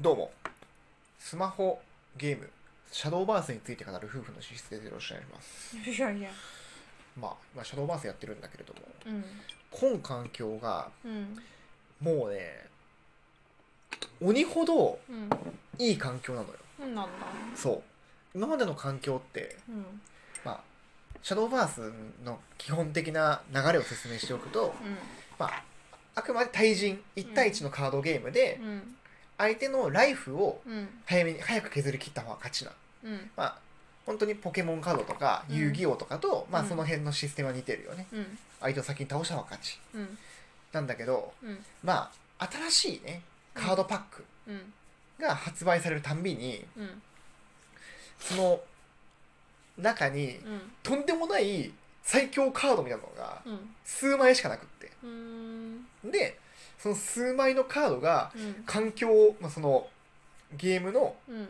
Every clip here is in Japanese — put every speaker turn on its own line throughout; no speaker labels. どうもスマホゲームシャドーバースについて語る夫婦の資質でよろしくお願いします
いやいや
まあ今シャドーバースやってるんだけれども
うん
今環境が
うん
もうね鬼ほど
うん
いい環境なのよ
そうなんだ
そう今までの環境って
うん
まあシャドーバースの基本的な流れを説明しておくと、まあ、あくまで対人1対1のカードゲームで
うんうん
相手のライフを
うん
早めに早く削り切った方が勝ちな
うん
まあ本当にポケモンカードとか
うん
遊戯王とかと、まあ
うん
その辺のシステムは似てるよね
うん
相手を先に倒した方が勝ち
うん
なんだけど
うん
まあ新しいねカードパック
うん
が発売されるたんびに
うん
その中に
うん
とんでもない最強カードみたいなのが
うん
数枚しかなくって
うーん
でその数枚のカードが
うん
環境を、まあ、そのゲームの
うん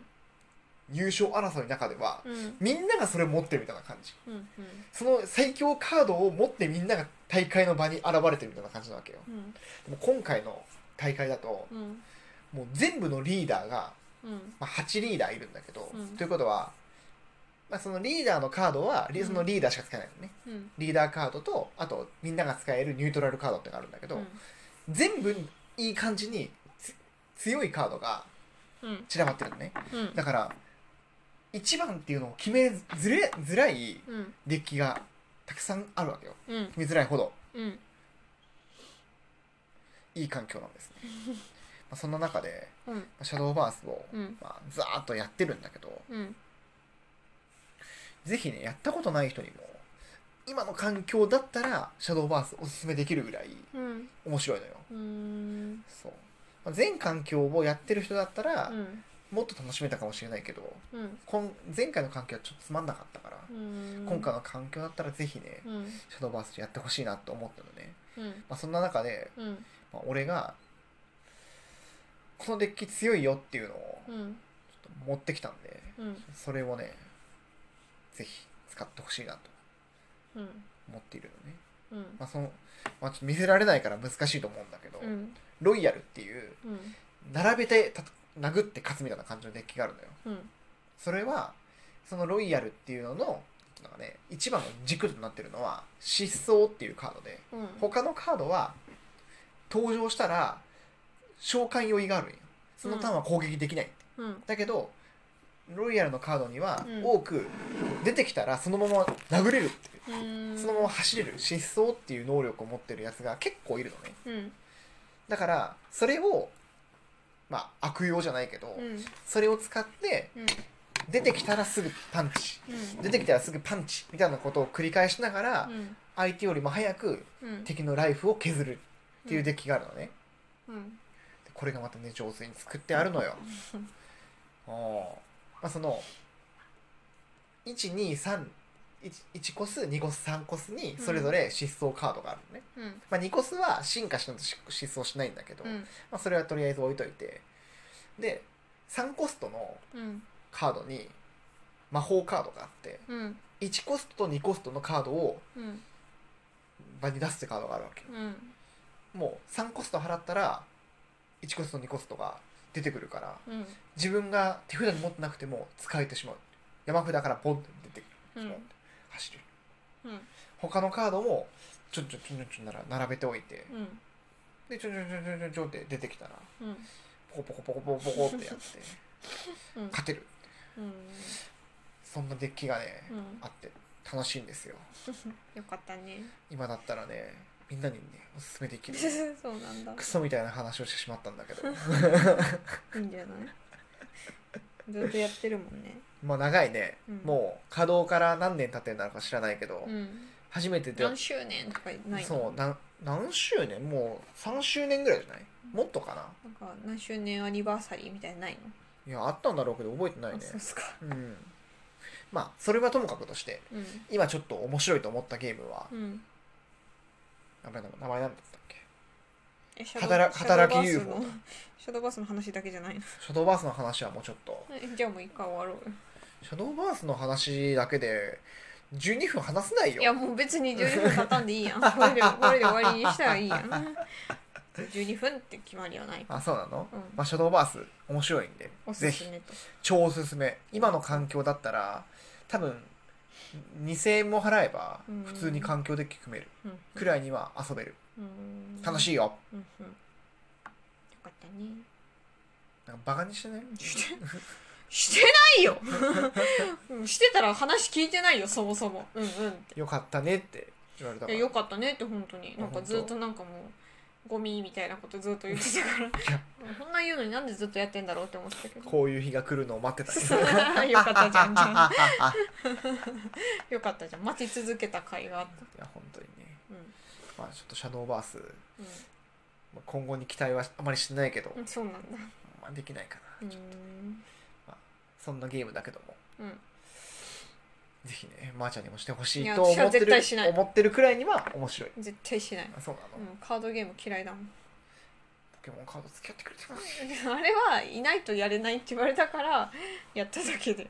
優勝争いの中では
うん
みんながそれ持ってるみたいな感じ
うんうん
その最強カードを持ってみんなが大会の場に現れてるみたいな感じなわけよ
うん
でも今回の大会だと
うん
もう全部のリーダーが、
うん
まあ、8リーダーいるんだけど、
うん
ということは、まあ、そのリーダーのカードはリ
うん
そのリーダーしか使えないのね、
うん
リーダーカードとあとみんなが使えるニュートラルカードってのがあるんだけど、全部いい感じにつ強いカードが
うん
散らばってるのね
うん
だから1番っていうのを決めずれづらい
うん
デッキがたくさんあるわけよ
うん
決めづらいほど
うん
いい環境なんですねまあそんな中で
うん
まあシャドーバースを、
うん
まあ、ザーッとやってるんだけど
うん
ぜひねやったことない人にも今の環境だったらシャドーバースおすすめできるぐらい
うん
面白いのよ
うーん
そう、まあ全環境をやってる人だったら、
うん
もっと楽しめたかもしれないけど
うん
今前回の環境はちょっとつまんなかったから、
うん
今回の環境だったらぜひね
うん
シャドーバースやってほしいなと思ったのね、
うん
まあ、そんな中で、
うん
まあ、俺がこのデッキ強いよっていうのを
うん
ちょっと持ってきたんで
うん
それをねぜひ使ってほしいなと
うん
思っているのね、
うん
まあそのまあ、ちょっと見せられないから難しいと思うんだけど、
うん
ロイヤルっていう
うん
並べてた殴って勝つみたいな感じのデッキがあるのよ
うん
それはそのロイヤルっていうののなんかね一番の軸となってるのは失踪っていうカードで
うん
他のカードは登場したら召喚用意があるんよそのターンは攻撃できない、
うん
だけどロイヤルのカードには
うん
多く出てきたらそのまま殴れるっていう
ー
うんそのまま走れる失踪っていう能力を持ってるやつが結構いるのね
うん
だからそれをまあ悪用じゃないけど、
うん
それを使って
うん
出てきたらすぐパンチ
うん
出てきたらすぐパンチみたいなことを繰り返しながら、
うん
相手よりも早く
うん
敵のライフを削るっていうデッキがあるのね、
うん
でこれがまたね上手に作ってあるのよおまあその1231コス2コス3コスにそれぞれ失踪カードがあるのね、
うん
まあ、2コスは進化しないとし失踪しないんだけど、
う
ま
ん
あ、それはとりあえず置いといてで3コストの
うん
カードに魔法カードがあって
うん
1コストと2コストのカードを
うん
場に出すってカードがあるわけ
うん
もう3コスト払ったら1コスト2コストが出てくるから
うん
自分が手札に持ってなくても使えてしまう山札からポンって出てくる、
うん
走る
うん
他のカードもちょんちょんちょんちょんちょんなら並べておいて
うん
でちょんちょんちょんちょんちょんちょんって出てきたら
うん
ポコポコポコポコポコってやって
うん
勝てる
う
そんなデッキがね、
ん
あって楽しいんですよ
よかったね
今だったらねみんなにねおすすめできる
そうなんだ
クソみたいな話をしてしまったんだけど
いいんじゃないずっとやってるもんね
まあ長いね、
うん
もう稼働から何年経ってるのか知らないけど、
うん
初めてで
何周年とかないの
そうなん何周年もう3周年ぐらいじゃないもっとかな
なんか何周年アニバーサリーみたいなのない
いやあったんだろうけど覚えてない
の
ね
あそうっすか
うんまあそれはともかくとして
うん
今ちょっと面白いと思ったゲームは、
うん
やばいな名前なんだったっけ
えシ
働働き
シャド
UFO
ーバースのシャドーバースの話だけじゃないの
シャドーバースの話はもうちょっと
えじゃあもう一回終わろうよ
シャドーバースの話だけで12分話せないよ
いやもう別に12分経たんでいいやん。これでこれで終わりにしたらいいやん。 12分って決まりはない
あそうなの、
うん
まあ、シャドーバース面白いんで
おす
ぜ
す
ひ
めと
超おすすめ今の環境だったら多分2000円も払えば
うん
普通に環境デッキ組める
うん
くらいには遊べる
うん
楽し
い
いよ
うんうんよかったね
なんかバカにしてね
してしてな いようんしてたら話聞いてないよそもそもうんうんって
よかったねって言われた
い
か
や
ら
よかったねって本当になんかずっとなんかもうゴミみたいなことずっと言ってたから
や
うんこんな言うのになんでずっとやってんだろうって思ってたけど
こういう日が来るのを待ってた
よかったじゃんじゃ
あ
んよかったじゃん待ち続けた甲斐があった
いや本当にね、
うん
まあ、ちょっとシャドーバースまあ今後に期待はあまりしてないけど、
うんそうなんだ
まあ、できないか
う
な、
ーん
そんなゲームだけども
うん
ぜひねまー、ちゃんにもしてほし
い
い
や
と思って
私は絶
る
対しない
思ってるくらいには面白い
絶対しない
あそうなの、
うんカードゲーム嫌いだもん
ポ ケモンカード付き合ってくれてた
あれはいないとやれないって言われたからやっただけで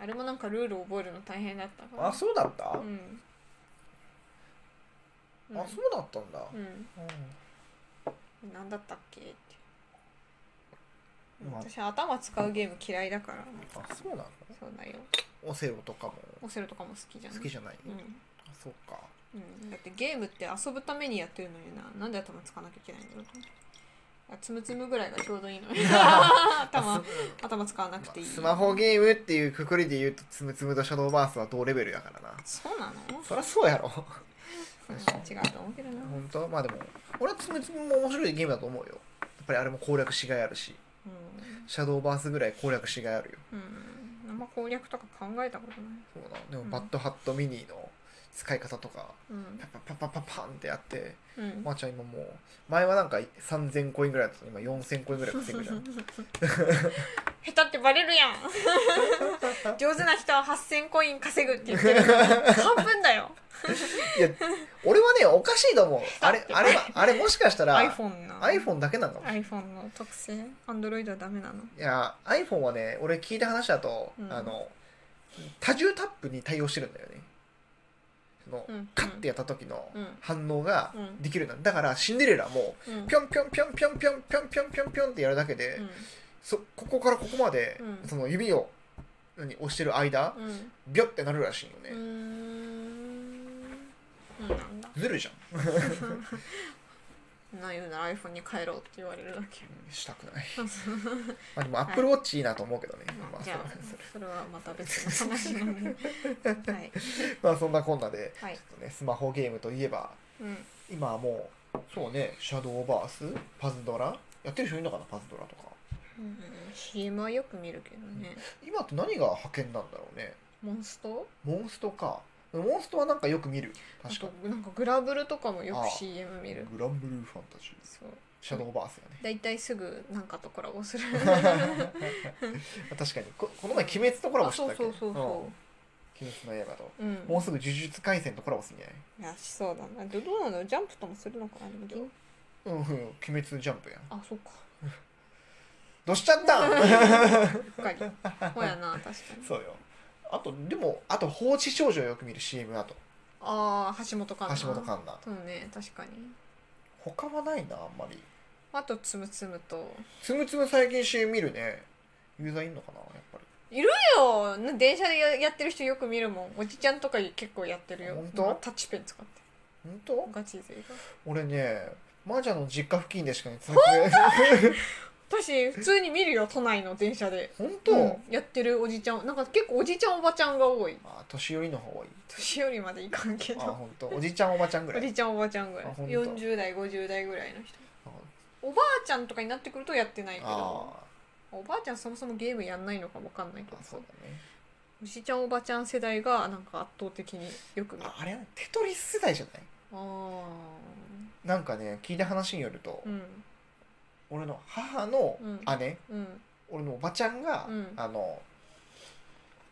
あれもなんかルール覚えるの大変だったから
あそうだった、
ううんうん
あそうだったんだ、
うん
うん
何だったっけって
まあ
私頭使うゲーム嫌いだから
あそうなの
そうだよ
オセロとかも
オセロとかも好きじゃん
好きじゃない、
うん
あそうか
うん、だってゲームって遊ぶためにやってるのにななんで頭使わなきゃいけないんだろうと思ってあつむつむぐらいがちょうどいい のに
まあ
頭
す
頭使わなく
ま
てい
あ
い、
スマホゲームっていうくくりで言うとつむつむとシャドーバースは同レベルだからな
そうなの、
そりゃそうやろ
うん、違うと思うけどな
本当まあでも俺はつむつむも面白いゲームだと思うよやっぱりあれも攻略しがいあるし
う
シャドーバースぐらい攻略しがいあるよ
ん、うん、あんま攻略とか考えたことない、
そうなのでも、
うん
バッドハットミニの使い方とか
うん
パパパパパパンってやって
うん、
まー、ちゃん今もう前はなんか3000コインぐらいだったのに今4000コインぐらい稼ぐじゃん
下手ってバレるや ん上手な人は8000コイン稼ぐって言ってるのに半分だよ
いや俺はねおかしいと思うあれ
だ
あ
っ
れ
て
はあれもしかしたら
iPhone な
iPhone だけなのかもしれない
iPhone の特性 Android はダメなの
いや iPhone はね俺聞いた話だと、
うん
あの多重タップに対応してるんだよねその、
うん
カッてやった時の
うん
反応が
うん
できるようになる、だからシンデレラも
うん
ピョンピョンピョンピョンピョンピョンピョンピョンピョンってやるだけで、そここからここまで、
うん
その指を何押してる間、
うんうん
ビョってなるらしいよ
うー
ね、
んそうなんだ
ずるじゃん
ないうなら iPhone に変えろって言われるだけ
うんしたくないまあでも Apple Watch いいなと思うけどね、ま
ま
あ
あじ
そ
ゃ
う
あそれはまた別の話なんではい
まあそんなこんなで、
はい
ちょっとね、スマホゲームといえば
うん
今はもうそうねシャドーバースパズドラやってる人いるのかなパズドラとか
うん CM はよく見るけどね
今って何が派遣なんだろうね
モンスト
モンストかモンストはなんかよく見る
あ
確か
となんかグラブルとかもよ
ああ
く CM 見る
グランブルーファンタジー
そう
シャドーバースやね
だいたいすぐなんかとコラボする
確かにここの前鬼滅とコラボしてた
あ
っけ
そうそうそうそ
うん鬼滅の刃と
ううん
もうすぐ呪術廻戦とコラボするんじゃない
いやしそうだなどどうなのジャンプともするのかなでもどう
うんうん鬼滅ジャンプやん
あそっか
どうしちゃったん
うっかりほやな確かに
そうよあとでもあと放置少女よく見る CM だと
ああ橋本
橋
環奈
本環奈
そうね確かに
他はないなあんまり
あとつむつむと
つむつむ最近 CM 見るねユーザーいんのかなやっぱ
よう電車でややってる人よく見るもんおじちゃんとか結構やってるよ
ほんと
なんかタッチペン使って
り本当
ガチ勢が
俺ねマージャンの実家付近でしかねつむつむ
私普通に見るよ都内の電車で
本当、
うんやってるおじちゃんなんか結構おじちゃんおばちゃんが多い
あ年寄りの方がいい
年寄りまでいかんけ
あ
ど
本当おじちゃんおばちゃんぐら
お
い
じちゃんおばちゃんぐらい
あほんと
40代50代ぐらいの人
あ
おばあちゃんとかになってくるとやってないけど
あ
おばあちゃんそもそもゲームやんないのかわかんないけど
あそうだね
おじちゃんおばちゃん世代がなんか圧倒的によく見る
ああれテトリス世代じゃない
あー
なんかね聞いた話によると、
うん
俺の母の姉、
うん
俺のおばちゃんが、
うん
あの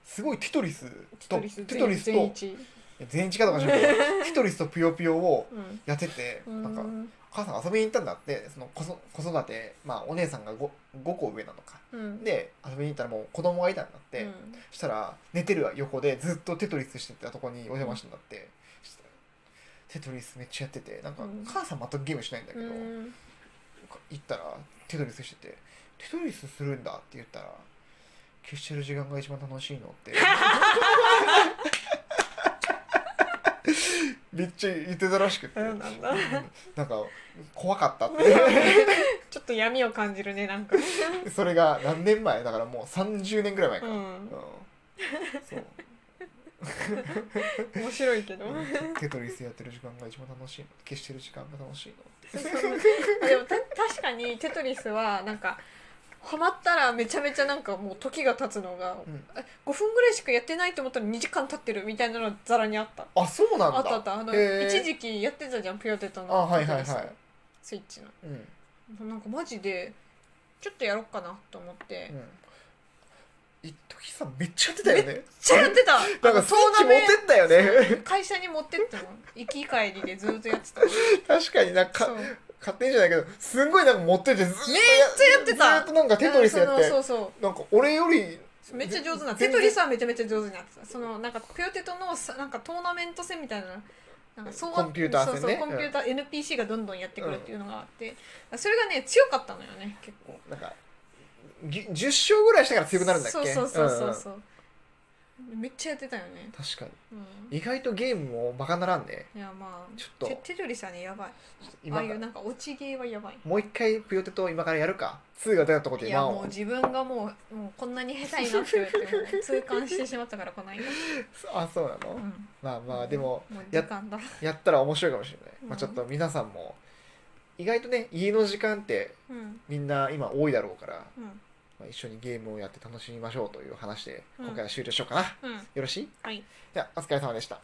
すごいテトリス
テ
と
トリス
テトリス
全
と
一
全員かとかじゃなくて テトリスとぷよぷよを
うん
やってて、
うん
なんか母さんが遊びに行ったんだってその子そ子育て、まあ、お姉さんが 5, 5個上なのか
うん
で遊びに行ったらもう子供がいたんだって、
うん
そしたら寝てる横でずっとテトリスしてたとこにお邪魔したんだって、テトリスめっちゃやっててなんか
うん
母さん全くゲームしないんだけど、
うん
行ったらテトリスしてて「テトリスするんだ」って言ったら「消してる時間が一番楽しいの?」って めっちゃ言ってたらしくて、
そうなんだ
なんか怖かったって
ちょっと闇を感じるねなんか
それが何年前だからもう30年ぐらい前か、
う
うん
ん
そう
面白いけど
テトリスやってる時間が一番楽しいの消してる時間が楽しいの
でもた確かに「テトリス」はなんかハマったらめちゃめちゃなんかもう時が経つのが、
うん
え5分ぐらいしかやってないと思ったら2時間経ってるみたいなのはざらにあった
あそうなんだ
あったあったあの、
へー
一時期やってたじゃん「プヨテトの」
あはいはいはい
スイッチの
うん
なんかマジでちょっとやろっかなと思って、
う
めっ
ん一時さめっちゃやってたよね
ちゃやってた
なんかスイッチ持ってったよね
会社に持ってっても行き帰りでずっとやってた
確かになん
そう
か勝手にじゃないけどすんごいなんか持っててずっとや
めっちゃやってた
ずっとなんかテトリスやって
そのそうそう
なんか俺より
めっちゃ上手
全
なテ
然
トリスはめちゃめちゃ上手になってたそのなんかプヨテトのさなんかトーナメント戦みたいななんかそう
コンピューター戦ね
そうそうコンピューター、NPC がどんどんやってくるっていうのがあって、それがね強かったのよね結構
なんかぎ10勝ぐらいしてから強くなるんだっけ
そうそうそう
うん
そううんそう、めっちゃやってたよね、
確か
うん、
に意外とゲームもバカならんね
いやまあ
ちょっと
テテトリスはねやばいあ
今
あ
か
いう
ら
なんか落ちゲーはやばい
もう一回プヨテト今からやるか2が出たとこ
い
で
や
今
もう
を
自分がもうもうこんなに下手になってるってもう痛感してしまったからこの間、
あそうなの、
うん、
まあまあでも
もう時
や
間だ
やったら面白いかもしれない、
うん
まあちょっと皆さんも意外とね家の時間って
うん
みんな今多いだろうから、
うん
まあ、一緒にゲームをやって楽しみましょうという話で
うん
今回は終了しようかな、
うん
よろしい
はい
ではお疲れ様でした